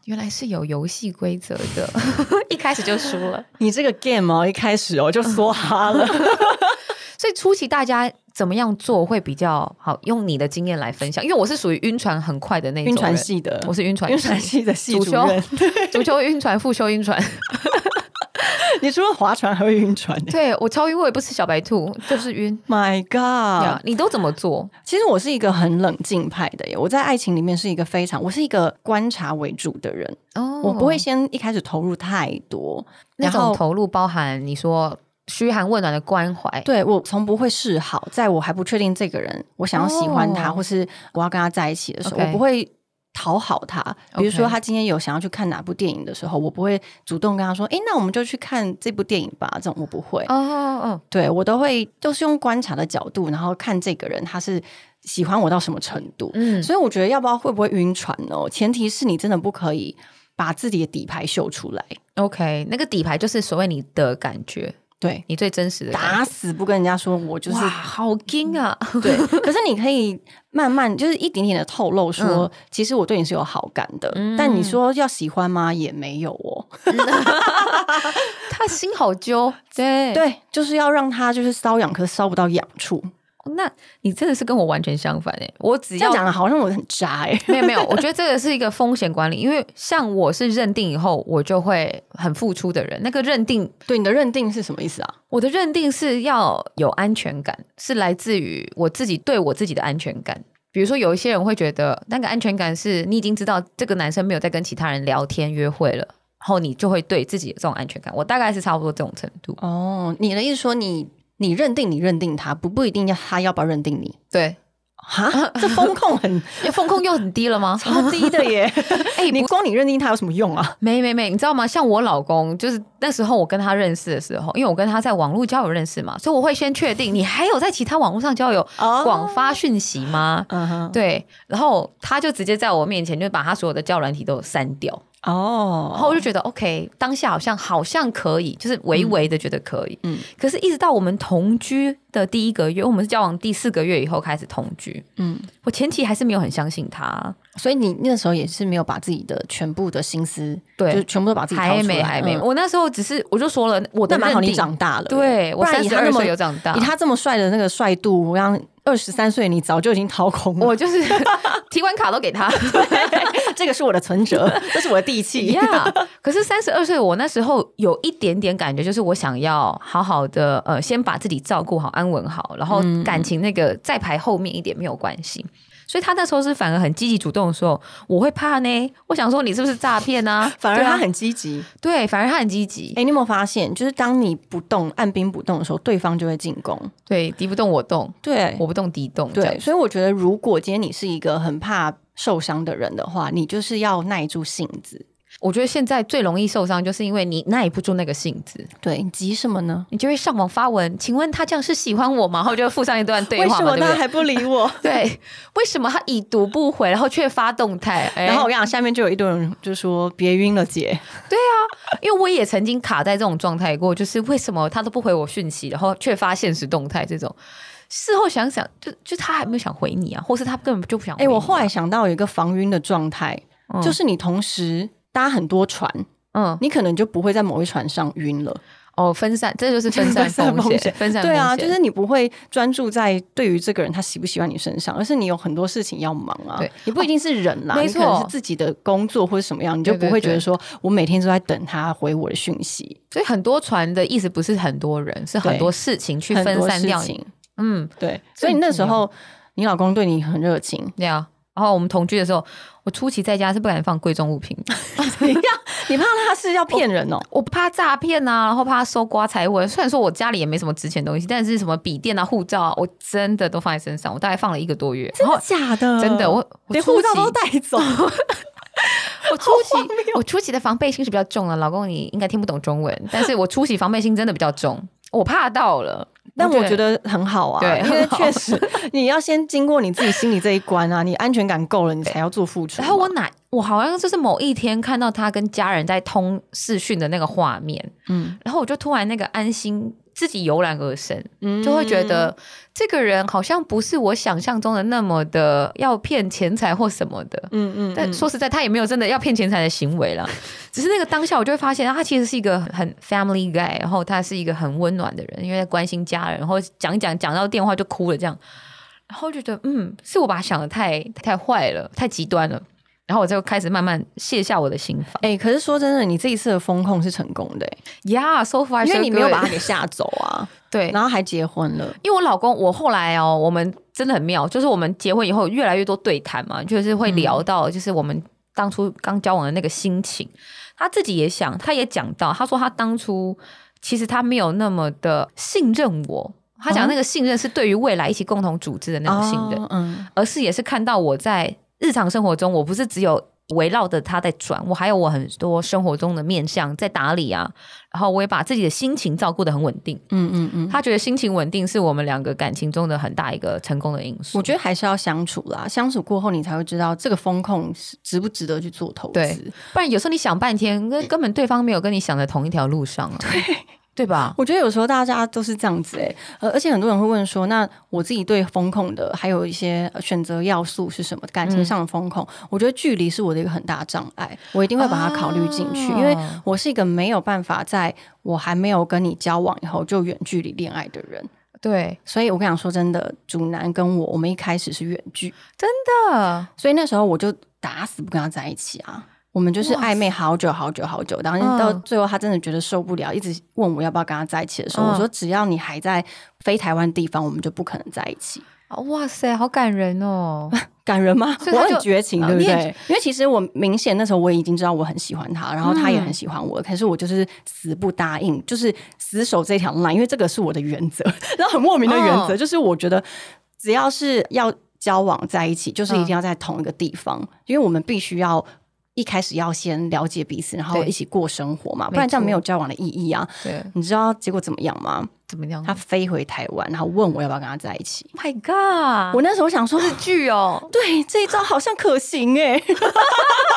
Speaker 2: 原来是有游戏规则 的，一开始就输了。
Speaker 1: 你这个 game 哦，一开始哦就梭哈 了。
Speaker 2: 所以初期大家怎么样做会比较好？用你的经验来分享，因为我是属于晕船很快的那种
Speaker 1: 晕船
Speaker 2: 人
Speaker 1: 系的，
Speaker 2: 我是晕船
Speaker 1: 晕船系的系主任，
Speaker 2: 足球晕船，复修晕船。
Speaker 1: 你除了划船还会晕船耶
Speaker 2: 对我超晕，我也不吃小白兔，就是晕。
Speaker 1: ？My God！
Speaker 2: 呀你都怎么做？
Speaker 1: 其实我是一个很冷静派的耶，我在爱情里面是一个非常，我是一个观察为主的人，
Speaker 2: 哦
Speaker 1: 我不会先一开始投入太多，
Speaker 2: 那
Speaker 1: 然
Speaker 2: 种
Speaker 1: 后
Speaker 2: 投入包含你说嘘寒问暖的关怀，
Speaker 1: 对我从不会示好，在我还不确定这个人，我想要喜欢他，
Speaker 2: 哦
Speaker 1: 或是我要跟他在一起的时候
Speaker 2: OK
Speaker 1: 我不会讨好他。比如说
Speaker 2: OK
Speaker 1: 他今天有想要去看哪部电影的时候，我不会主动跟他说：“诶，那我们就去看这部电影吧。”这种我不会，
Speaker 2: 哦哦哦，
Speaker 1: 对我都会就是用观察的角度，然后看这个人他是喜欢我到什么程度。
Speaker 2: 嗯，
Speaker 1: 所以我觉得，要不要会不会晕船哦？前提是你真的不可以把自己的底牌秀出来，
Speaker 2: OK，那个底牌就是所谓你的感觉，
Speaker 1: 对，
Speaker 2: 你最真实的感觉。
Speaker 1: 打死不跟人家说我就是
Speaker 2: 哇，好惊啊！
Speaker 1: 对， 可是你可以慢慢就是一点点的透露说，
Speaker 2: 嗯
Speaker 1: 其实我对你是有好感的，但你说要喜欢吗？也没有哦。
Speaker 2: 他心好 揪，对对。
Speaker 1: 对，就是要让他就是瘙痒，可是搔不到痒处。
Speaker 2: 哦那你真的是跟我完全相反哎、我只
Speaker 1: 这
Speaker 2: 要
Speaker 1: 样讲的好像我很渣哎、
Speaker 2: 没有没有，我觉得这个是一个风险管理，因为像我是认定以后，我就会很付出的人。那个认定，
Speaker 1: 对你的认定是什么意思啊？
Speaker 2: 我的认定是要有安全感，是来自于我自己对我自己的安全感。比如说，有一些人会觉得那个安全感是你已经知道这个男生没有在跟其他人聊天约会了，然后你就会对自己有这种安全感。我大概是差不多这种程度。
Speaker 1: 哦，你的意思说你你认定你认定他，不不一定要他要不要认定你
Speaker 2: 对，
Speaker 1: 哈， 这风控很？
Speaker 2: 风控又很低了吗
Speaker 1: 超低的耶。
Speaker 2: 哎、
Speaker 1: 你光你认定他有什么用啊？
Speaker 2: 没没没，你知道吗？像我老公，就是那时候我跟他认识的时候，因为我跟他在网络交友认识嘛，所以我会先确定你还有在其他网络上交友
Speaker 1: 哦
Speaker 2: 广发讯息吗？
Speaker 1: 嗯哼，
Speaker 2: 对，然后他就直接在我面前就把他所有的交友软体都删掉，
Speaker 1: 哦，
Speaker 2: 然后我就觉得 OK，当下好像好像可以，就是微微的觉得可以，嗯
Speaker 1: 嗯，
Speaker 2: 可是一直到我们同居的第一个月，我们是交往第四个月以后开始同居，
Speaker 1: 嗯，
Speaker 2: 我前期还是没有很相信他，
Speaker 1: 所以你那时候也是没有把自己的全部的心思，
Speaker 2: 对
Speaker 1: 就是全部都把自己掏出来
Speaker 2: 还没还没，
Speaker 1: 嗯
Speaker 2: 我那时候只是我就说了，我的
Speaker 1: 那蛮好，
Speaker 2: 认
Speaker 1: 你
Speaker 2: 定
Speaker 1: 长大了。
Speaker 2: 对
Speaker 1: 不
Speaker 2: 我
Speaker 1: 然
Speaker 2: 三
Speaker 1: 以
Speaker 2: 十
Speaker 1: 他那
Speaker 2: 二
Speaker 1: 么
Speaker 2: 岁有长大
Speaker 1: 以，他这么帅的那个帅度，我想二十三岁你早就已经掏空了。
Speaker 2: 我 就是提款卡都给他。
Speaker 1: 这个是我的存 折，这是我的地契。
Speaker 2: yeah, 可是三十二岁，我那时候有一点点感觉，就是我想要好好的，呃，先把自己照顾好、安稳好，然后
Speaker 1: 嗯
Speaker 2: 感情那个再排后面一点没有关系。所以他那时候是反而很积极主动的时候，我会怕呢。我想说你是不是诈骗啊？
Speaker 1: 反而
Speaker 2: 对啊
Speaker 1: 他很积极。
Speaker 2: 对，反而他很积极
Speaker 1: 哎、，你有没有发现，就是当你不动、按兵不动的时候，对方就会进攻。
Speaker 2: 对，敌不动我动，
Speaker 1: 对
Speaker 2: 我不动敌动，这样
Speaker 1: 对，所以我觉得，如果今天你是一个很怕受伤的人的话，你就是要耐住性子。
Speaker 2: 我觉得现在最容易受伤，就是因为你耐不住那个性子，
Speaker 1: 对你急什么呢？
Speaker 2: 你就会上网发文，请问他这样是喜欢我吗？然后就附上一段对
Speaker 1: 为
Speaker 2: 话
Speaker 1: 什
Speaker 2: 嘛，
Speaker 1: 么
Speaker 2: 对不
Speaker 1: 他
Speaker 2: 对？
Speaker 1: 还不理我？
Speaker 2: 对，为什么他已读不回，然后却发动态？ 哎
Speaker 1: 然后我跟你讲，下面就有一堆人就说：“别晕了，姐。
Speaker 2: 因为我也曾经卡在这种状态过，就是为什么他都不回我讯息，然后却发现实动态这种。事后想想，就就他还没有想回你啊，或是他根本就不想”回
Speaker 1: 哎、
Speaker 2: 你啊。
Speaker 1: 我后来想到有一个防晕的状态，
Speaker 2: 嗯
Speaker 1: 就是你同时搭很多船，
Speaker 2: 嗯
Speaker 1: 你可能就不会在某一船上晕了。
Speaker 2: 哦分散，这就是分散 风险，分散风险
Speaker 1: 对啊，就是你不会专注在对于这个人他喜不喜欢你身上，而是你有很多事情要忙啊。
Speaker 2: 对
Speaker 1: 你不一定是人啦，
Speaker 2: 哦
Speaker 1: 你可能
Speaker 2: 没
Speaker 1: 是
Speaker 2: 错
Speaker 1: 自己的工作或者什么样，你就
Speaker 2: 对对
Speaker 1: 不会觉得
Speaker 2: 对
Speaker 1: 说我每天都在等他回我的讯息，
Speaker 2: 所以很多船的意思不是很多人，是很多事情去
Speaker 1: 很
Speaker 2: 分
Speaker 1: 多
Speaker 2: 散
Speaker 1: 事
Speaker 2: 掉你。
Speaker 1: 情。
Speaker 2: 嗯，，
Speaker 1: 对，所以你那时候你老公对你很热情
Speaker 2: 对啊。然后我们同居的时候，我初期在家是不敢放贵重物品，
Speaker 1: 你怕你怕他是要骗人哦？
Speaker 2: 我怕诈骗啊，然后怕搜刮财物。虽然说我家里也没什么值钱东西，但是什么笔电啊、护照啊，我真的都放在身上。我大概放了一个多月，然后
Speaker 1: 假的
Speaker 2: 真的，我我
Speaker 1: 连
Speaker 2: 初
Speaker 1: 护照
Speaker 2: 期
Speaker 1: 都带走，
Speaker 2: 我初期我初期的防备心是比较重的。老公，你应该听不懂中文，但是我初期防备心真的比较重，我怕到了。
Speaker 1: 但我觉得很好啊，
Speaker 2: 对
Speaker 1: 因为
Speaker 2: 很好
Speaker 1: 确实 你要先经过你自己心里这一关啊，你安全感够了，你才要做付出嘛。
Speaker 2: 然后我哪，我好像就是某一天看到他跟家人在通视讯的那个画面，
Speaker 1: 嗯
Speaker 2: 嗯，然后我就突然那个安心自己油然而生，
Speaker 1: 嗯
Speaker 2: 就会觉得这个人好像不是我想象中的那么的要骗钱财或什么的。
Speaker 1: 嗯嗯
Speaker 2: 但说实在，他也没有真的要骗钱财的行为 啦，只是那个当下我就会发现，他其实是一个很 family guy，然后他是一个很温暖的人，因为关心家人，然后讲一讲讲到电话就哭了这样，然后就觉得嗯，是我把他想的太太坏了，太极端了，然后我就开始慢慢卸下我的心防。
Speaker 1: 哎、可是说真的，你这一次的风控是成功的、欸
Speaker 2: Yeah，so far，
Speaker 1: 因
Speaker 2: so
Speaker 1: 为你没有
Speaker 2: good
Speaker 1: 把他给吓走啊，
Speaker 2: 对，
Speaker 1: 然后还结婚了。
Speaker 2: 因为我老公，我后来哦，我们真的很妙，就是我们结婚以后越来越多对谈嘛，就是会聊到就是我们当初刚交往的那个心情。他自己也想，他也讲到，他说他当初其实他没有那么的信任我。他讲那个信任是对于未来一起共同组织的那种信任，
Speaker 1: 哦嗯，
Speaker 2: 而是也是看到我在日常生活中，我不是只有围绕着他在转，我还有我很多生活中的面向在打理啊，然后我也把自己的心情照顾得很稳定。
Speaker 1: 嗯嗯嗯，
Speaker 2: 他觉得心情稳定是我们两个感情中的很大一个成功的因素。
Speaker 1: 我觉得还是要相处啦，相处过后你才会知道这个风控是值不值得去做投资
Speaker 2: 对。不然有时候你想半天，根根本对方没有跟你想的同一条路上啊，嗯对对吧？
Speaker 1: 我觉得有时候大家都是这样子哎、呃，而且很多人会问说，那我自己对风控的还有一些呃选择要素是什么？感情上的风控，我觉得距离是我的一个很大障碍，我一定会把它考虑进去，
Speaker 2: 啊
Speaker 1: 因为我是一个没有办法在我还没有跟你交往以后就远距离恋爱的人。
Speaker 2: 对
Speaker 1: 所以我跟你讲，说真的，主男跟我，我们一开始是远距，
Speaker 2: 的，
Speaker 1: 所以那时候我就打死不跟他在一起啊。我们就是暧昧好久好久好久，然后
Speaker 2: 嗯
Speaker 1: 到最后他真的觉得受不了，一直问我要不要跟他在一起的时候，
Speaker 2: 嗯
Speaker 1: 我说只要你还在非台湾地方，我们就不可能在一起。
Speaker 2: 哇塞，好感人 哦！
Speaker 1: 感人吗？
Speaker 2: 所以
Speaker 1: 我
Speaker 2: 他就
Speaker 1: 很绝情，
Speaker 2: 啊
Speaker 1: 对不
Speaker 2: 你
Speaker 1: 对
Speaker 2: 也？
Speaker 1: 呃因为其实我明显那时候我已经知道我很喜欢他，然后他也
Speaker 2: 嗯
Speaker 1: 很喜欢我，可是我就是死不答应，就是死守这条 line，因为这个是我的原则， 然后很莫名的原则、
Speaker 2: 哦
Speaker 1: 就是我觉得只要是要交往在一起，就是一
Speaker 2: 嗯
Speaker 1: 定要在同一个地方，因为我们必须要。一开始要先了解彼此，然后
Speaker 2: 对
Speaker 1: 一起过生活嘛，不然
Speaker 2: 没
Speaker 1: 这样没
Speaker 2: 错
Speaker 1: 有交往的意义啊！
Speaker 2: 对，
Speaker 1: 你知道结果怎么样吗？
Speaker 2: 怎么样
Speaker 1: 他飞回台湾，然后问我要不要跟他在一起。
Speaker 2: Oh ？My
Speaker 1: 啊
Speaker 2: God，
Speaker 1: 我那时候想说，
Speaker 2: 剧哦，
Speaker 1: 对，这一招好像可行哎、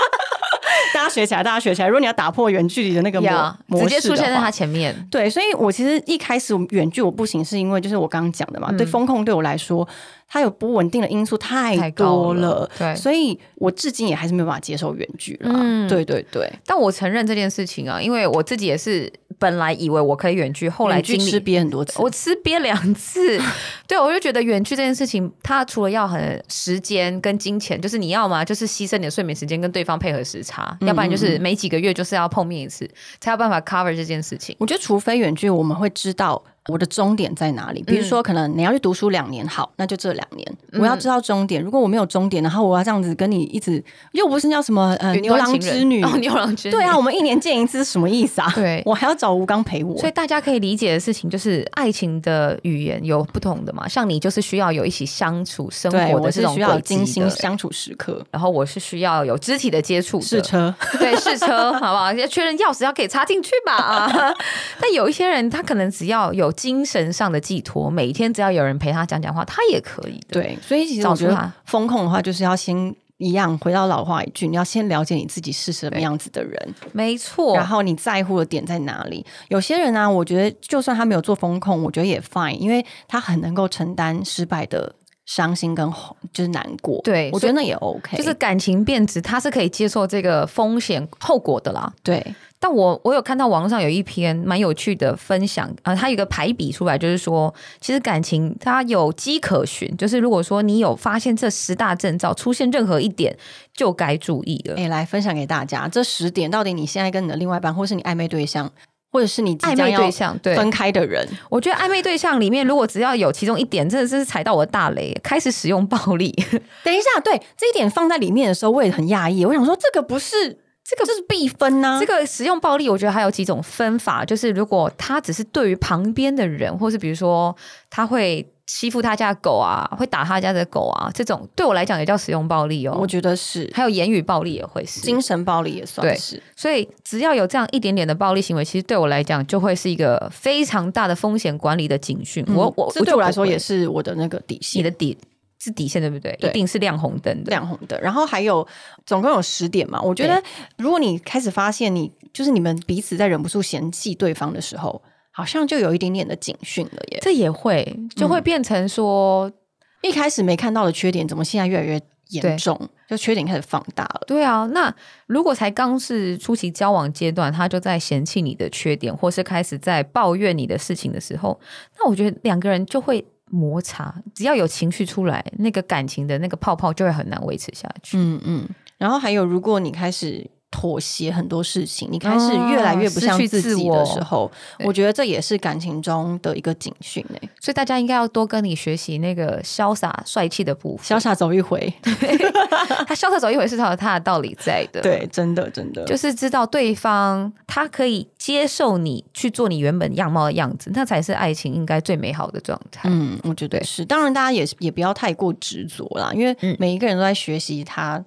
Speaker 1: 大家学起来，大家学起来。如果你要打破远距离的那个模
Speaker 2: 呀，
Speaker 1: 模式
Speaker 2: 直接
Speaker 1: 的
Speaker 2: 出现在
Speaker 1: 话
Speaker 2: 他前面。
Speaker 1: 对，所以我其实一开始远距我不行，是因为就是我刚刚讲的嘛，
Speaker 2: 嗯
Speaker 1: 对风控对我来说，它有不稳定的因素太
Speaker 2: 太高
Speaker 1: 多
Speaker 2: 了
Speaker 1: 了，
Speaker 2: 对
Speaker 1: 所以我至今也还是没有办法接受远距啦。
Speaker 2: 嗯
Speaker 1: 对对对，
Speaker 2: 但我承认这件事情啊，因为我自己也是本来以为我可以远距，后来
Speaker 1: 远距
Speaker 2: 经历
Speaker 1: 吃瘪很多次，
Speaker 2: 我吃瘪两次， 对我就觉得远距这件事情，它除了要很时间跟金钱，就是你要嘛，就是牺牲你的睡眠时间跟对方配合时差，
Speaker 1: 嗯
Speaker 2: 要不然就是每几个月就是要碰面一次，才有办法 cover 这件事情。
Speaker 1: 我觉得除非远距，我们会知道我的终点在哪里。比
Speaker 2: 嗯
Speaker 1: 如说，可能你要去读书两年，好，那就这两年，我要知道终点。如果我没有终点，然后我要这样子跟你一直，又不是叫什么呃
Speaker 2: 远
Speaker 1: 牛
Speaker 2: 端
Speaker 1: 郎
Speaker 2: 情人
Speaker 1: 织女，
Speaker 2: 哦，牛郎织 女，
Speaker 1: 对啊，我们一年见一次是什么意思啊？
Speaker 2: 对
Speaker 1: 我还要找吴刚陪我，
Speaker 2: 所以大家可以理解的事情就是，爱情的语言有不同的嘛。像你就是需要有一起相处生
Speaker 1: 对
Speaker 2: 活
Speaker 1: 我
Speaker 2: 的这
Speaker 1: 是
Speaker 2: 种
Speaker 1: 需要
Speaker 2: 轨
Speaker 1: 有精
Speaker 2: 迹
Speaker 1: 心
Speaker 2: 的，
Speaker 1: 相处时刻。
Speaker 2: 然后我是需要有肢体的接触的，
Speaker 1: 试车，
Speaker 2: 对，试车好不好？要确认钥匙要给插进去吧 啊！但有一些人，他可能只要有精神上的寄托，每天只要有人陪他讲讲话，他也可以的。
Speaker 1: 对，所以其实
Speaker 2: 找
Speaker 1: 我觉
Speaker 2: 出
Speaker 1: 得
Speaker 2: 他
Speaker 1: 风控的话，就是要先一样回到老话一句，你要先了解你自己是什么样子的人，
Speaker 2: 没错
Speaker 1: 然。后你在乎的点在哪里？有些人呢、啊我觉得就算他没有做风控，我觉得也 fine，因为他很能够承担失败的伤心跟后就是难过。
Speaker 2: 对
Speaker 1: 我觉得那也 OK，
Speaker 2: 就是感情变质，他是可以接受这个风险后果的啦。
Speaker 1: 对，
Speaker 2: 但我我有看到网络上有一篇蛮有趣的分享，啊、它有一个排比出来，就是说，其实感情它有迹可循，就是如果说你有发现这十大征兆出现任何一点，就该注意了。
Speaker 1: 哎、来分享给大家这十点，到底你现在跟你的另外一半，或是你暧昧对象，或者是你即
Speaker 2: 暧
Speaker 1: 将
Speaker 2: 昧
Speaker 1: 要
Speaker 2: 对象对，
Speaker 1: 分开的人，
Speaker 2: 我觉得暧昧对象里面，如果只要有其中一点真的是踩到我的大雷，开始使用暴力，
Speaker 1: 等一下，对这一点放在里面的时候，我也很讶异，我想说这个不是这个，这是必分啊呐、
Speaker 2: 这个使用暴力，我觉得还有几种分法，就是如果他只是对于旁边的人，或是比如说他会欺负他家的狗啊，会打他家的狗啊，这种对我来讲也叫使用暴力
Speaker 1: 我嗯
Speaker 2: 哦。
Speaker 1: 觉得是
Speaker 2: 还有言语暴力也会是，
Speaker 1: 精神暴力也算
Speaker 2: 对
Speaker 1: 是。
Speaker 2: 所以只要有这样一点点的暴力行为，其实对我来讲就会是一个非常大的风险管理的警讯。我我
Speaker 1: 这对我来说也嗯
Speaker 2: 是
Speaker 1: 是我的那个底
Speaker 2: 你
Speaker 1: 线，
Speaker 2: 的底是底线，对不对？
Speaker 1: 对
Speaker 2: 一定是亮红灯的。
Speaker 1: 亮红的。然后还有总共有十点嘛，我觉得如果你开始发现你就是你们彼此在忍不住嫌弃对方的时候，好像就有一点点的警讯了耶。
Speaker 2: 这也会就
Speaker 1: 嗯
Speaker 2: 会变成说，
Speaker 1: 一开始没看到的缺点，怎么现在越来越
Speaker 2: 对
Speaker 1: 严重？就缺点开始放大了。
Speaker 2: 对啊，那如果才刚是初期交往阶段，他就在嫌弃你的缺点，或是开始在抱怨你的事情的时候，那我觉得两个人就会摩擦，只要有情绪出来，那个感情的那个泡泡就会很难维持下去。
Speaker 1: 嗯嗯。然后还有，如果你开始妥协很多事情，你开始越来越不像
Speaker 2: 哦失去
Speaker 1: 自
Speaker 2: 自
Speaker 1: 己
Speaker 2: 我
Speaker 1: 的时候，我觉得这也是感情中的一个警讯诶、
Speaker 2: 所以大家应该要多跟你学习那个潇洒帅气的部分
Speaker 1: 潇。洒走一 回，
Speaker 2: 他潇洒走一回是他有他的道理在的。。
Speaker 1: 对，真的真的，
Speaker 2: 就是知道对方他可以接受你去做你原本样貌的样子，那才是爱情应该最美好的状态。
Speaker 1: 嗯，我觉得是。当然，大家也是也不要太过执着啦，因为
Speaker 2: 嗯
Speaker 1: 每一个人都在学习他。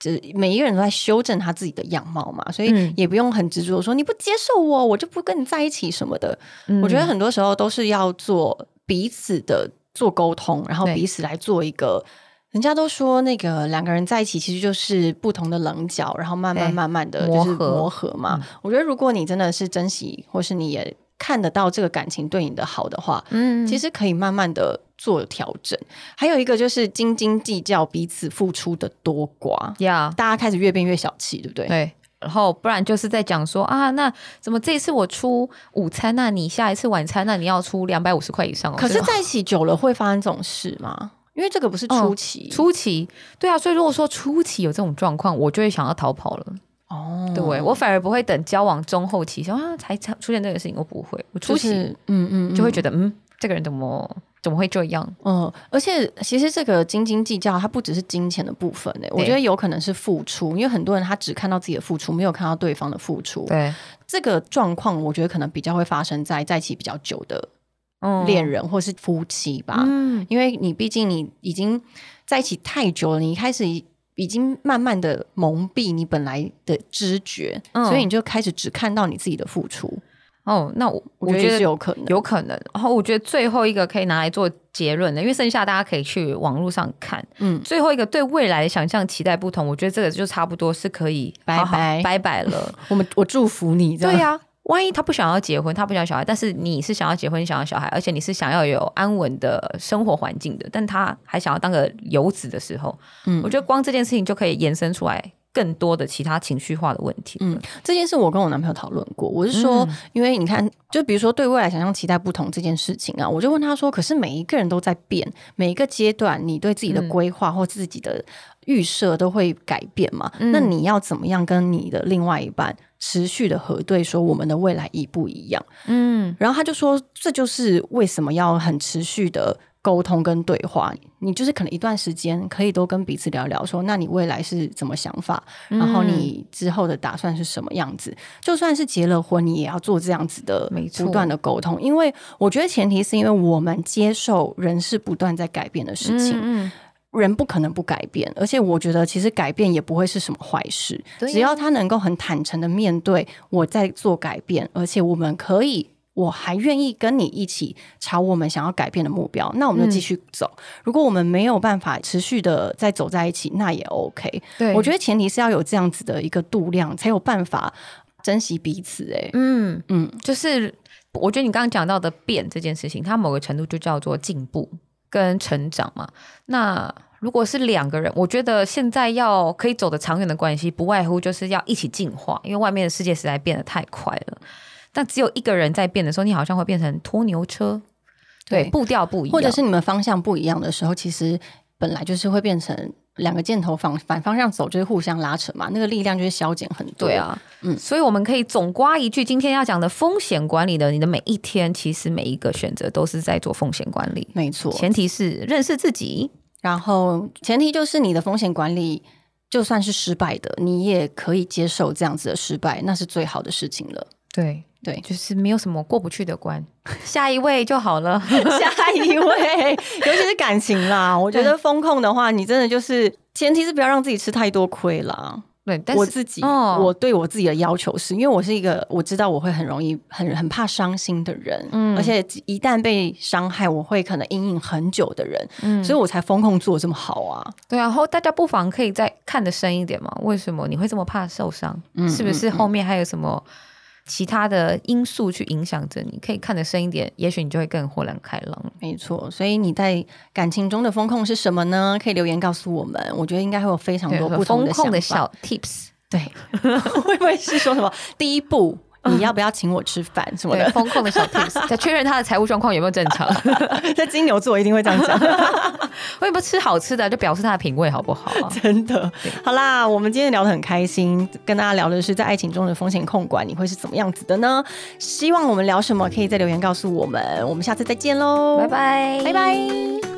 Speaker 1: 这每一个人都在修正他自己的样貌嘛，所以
Speaker 2: 嗯
Speaker 1: 也不用很执着说你不接受我，我就不跟你在一起什么的。
Speaker 2: 嗯
Speaker 1: 我觉得很多时候都是要做彼此的做沟通，然后
Speaker 2: 对
Speaker 1: 彼此来做一个。人家都说那个两个人在一起其实就是不同的棱角，然后慢慢
Speaker 2: 对
Speaker 1: 慢慢的就是
Speaker 2: 磨合嗯
Speaker 1: 磨合嘛。我觉得如果你真的是珍惜，或是你也看得到这个感情对你的好的话，
Speaker 2: 嗯
Speaker 1: 其实可以慢慢的做调整。还有一个就是斤斤计较彼此付出的多寡，
Speaker 2: 呀
Speaker 1: 大家开始越变越小气，对不对？
Speaker 2: 对。然后不然就是在讲说啊，那怎么这一次我出午餐，那你下一次晚餐，那你要出两百五十块以上、哦。
Speaker 1: 可是
Speaker 2: 这种
Speaker 1: 在一起久了会发生这种事吗？因为这个不是初期，
Speaker 2: 哦初期，对啊，所以如果说初期有这种状况，我就会想要逃跑了。
Speaker 1: 哦，
Speaker 2: 对我反而不会等交往中后期，想啊才才出现这个事情，我不会。我初
Speaker 1: 就
Speaker 2: 期
Speaker 1: 是嗯嗯，
Speaker 2: 就会
Speaker 1: 嗯
Speaker 2: 觉得，嗯，这个人怎么怎么会这样？
Speaker 1: 嗯，而且其实这个斤斤计较，它不只是金钱的部分诶、我
Speaker 2: 对
Speaker 1: 觉得有可能是付出，因为很多人他只看到自己的付出，没有看到对方的付出。
Speaker 2: 对，
Speaker 1: 这个状况，我觉得可能比较会发生在在一起比较久的
Speaker 2: 嗯
Speaker 1: 恋人或是夫妻吧，
Speaker 2: 嗯，
Speaker 1: 因为你毕竟你已经在一起太久了，你一开始已已经慢慢的蒙蔽你本来的知觉，
Speaker 2: 嗯
Speaker 1: 所以你就开始只看到你自己的付出，
Speaker 2: 哦，那我
Speaker 1: 啊我觉得也是有可能。
Speaker 2: 有可能。然后我觉得最后一个可以拿来做结论的，因为剩下大家可以去网络上看。
Speaker 1: 嗯
Speaker 2: 最后一个对未来的想象期待不同，我觉得这个就差不多是可以
Speaker 1: 拜
Speaker 2: 好好
Speaker 1: 拜
Speaker 2: 拜拜 了。
Speaker 1: 我们我祝福你，这
Speaker 2: 对
Speaker 1: 样
Speaker 2: 呀、万一他不想要结婚，他不想要小孩，但是你是想要结婚、想要小孩，而且你是想要有安稳的生活环境的，但他还想要当个游子的时候，
Speaker 1: 嗯
Speaker 2: 我觉得光这件事情就可以延伸出来更多的其他情绪化的问题。
Speaker 1: 嗯这件事我跟我男朋友讨论过，我是说，
Speaker 2: 嗯
Speaker 1: 因为你看，就比如说对未来想象期待不同这件事情啊，我就问他说，可是每一个人都在变，每一个阶段你对自己的
Speaker 2: 嗯
Speaker 1: 规划或自己的预设都会改变嘛，
Speaker 2: 嗯
Speaker 1: 那你要怎么样跟你的另外一半持续的核对，说我们的未来一不一样？
Speaker 2: 嗯
Speaker 1: 然后他就说，这就是为什么要很持续的沟通跟对话。你就是可能一段时间可以多跟彼此聊聊说那你未来是怎么想法，
Speaker 2: 嗯
Speaker 1: 然后你之后的打算是什么样子。就算是结了婚，你也要做这样子的
Speaker 2: 没错
Speaker 1: 不断的沟通，因为我觉得前提是因为我们接受人是不断在改变的事情，
Speaker 2: 嗯
Speaker 1: 人不可能不改变，而且我觉得其实改变也不会是什么坏事，
Speaker 2: 对呀
Speaker 1: 只要他能够很坦诚的面对我在做改变，而且我们可以。我还愿意跟你一起朝我们想要改变的目标，那我们
Speaker 2: 嗯
Speaker 1: 就继续走。如果我们没有办法持续的再走在一起，那也 OK。
Speaker 2: 对
Speaker 1: 我
Speaker 2: 我觉
Speaker 1: 觉得
Speaker 2: 得
Speaker 1: 前提是要有这样子的一个度量，才有办法珍惜彼此、欸。
Speaker 2: 嗯
Speaker 1: 嗯
Speaker 2: 嗯，就是我觉得你刚刚讲到的变这件事情，它某个程度就叫做进步跟成长嘛。那如果是两个人，我觉得现在要可以走得长远的关系，不外乎就是要一起进化，因为外面的世界实在变得太快了。但只有一个人在变的时候，你好像会变成拖牛车，对，
Speaker 1: 对
Speaker 2: 步调不一样，
Speaker 1: 或者是你们方向不一样的时候，其实本来就是会变成两个箭头反反方向走，就是互相拉扯嘛，那个力量就会消减很多。
Speaker 2: 对，啊，
Speaker 1: 嗯
Speaker 2: 嗯，所以我们可以总刮一句，今天要讲的风险管理的，你的每一天其实每一个选择都是在做风险管理，
Speaker 1: 没错。
Speaker 2: 前提是认识自己。
Speaker 1: 然后前提就是你的风险管理，就算是失败的，你也可以接受这样子的失败，那是最好的事情了。
Speaker 2: 对
Speaker 1: 对
Speaker 2: 就是没有什么过不去的关，下一位就好了。
Speaker 1: 下一位，哎尤其是感情啦，我觉得风控的话，你真的就是前提是不要让自己吃太多亏啦。
Speaker 2: 对，但
Speaker 1: 我
Speaker 2: 是
Speaker 1: 自己，
Speaker 2: 哦
Speaker 1: 我对我自己的要求是，因为我是一个我知道我会很容易很很怕伤心的人，
Speaker 2: 嗯
Speaker 1: 而且一旦被伤害，我会可能阴影很久的人，
Speaker 2: 嗯
Speaker 1: 所以我才风控做得这么好啊。
Speaker 2: 对啊，然后大家不妨可以再看得深一点嘛。为什么你会这么怕受伤？
Speaker 1: 嗯
Speaker 2: 是不是后面还有什么其他的因素去影响着你？可以看得深一点，也许你就会更豁然开朗了。
Speaker 1: 没错，所以你在感情中的风控是什么呢？可以留言告诉我们，我觉得应该会有非常
Speaker 2: 对
Speaker 1: 多不同
Speaker 2: 风
Speaker 1: 的
Speaker 2: 控的
Speaker 1: 想法
Speaker 2: 小 tips，
Speaker 1: 对， 会不会是说什么第一步？你要不要请我吃饭什么
Speaker 2: 对
Speaker 1: 的？
Speaker 2: 风控的小 tips，再确认他的财务状况有没有正常，
Speaker 1: 在金牛座一定会这样讲。
Speaker 2: 会不会吃好吃的，就表示他的品味好不好、啊？
Speaker 1: 真的。好啦，我们今天聊得很开心，跟大家聊的是在爱情中的风险控管，你会是怎么样子的呢？希望我们聊什么，可以在留言告诉我们。我们下次再见喽，
Speaker 2: 拜，拜，
Speaker 1: 拜拜。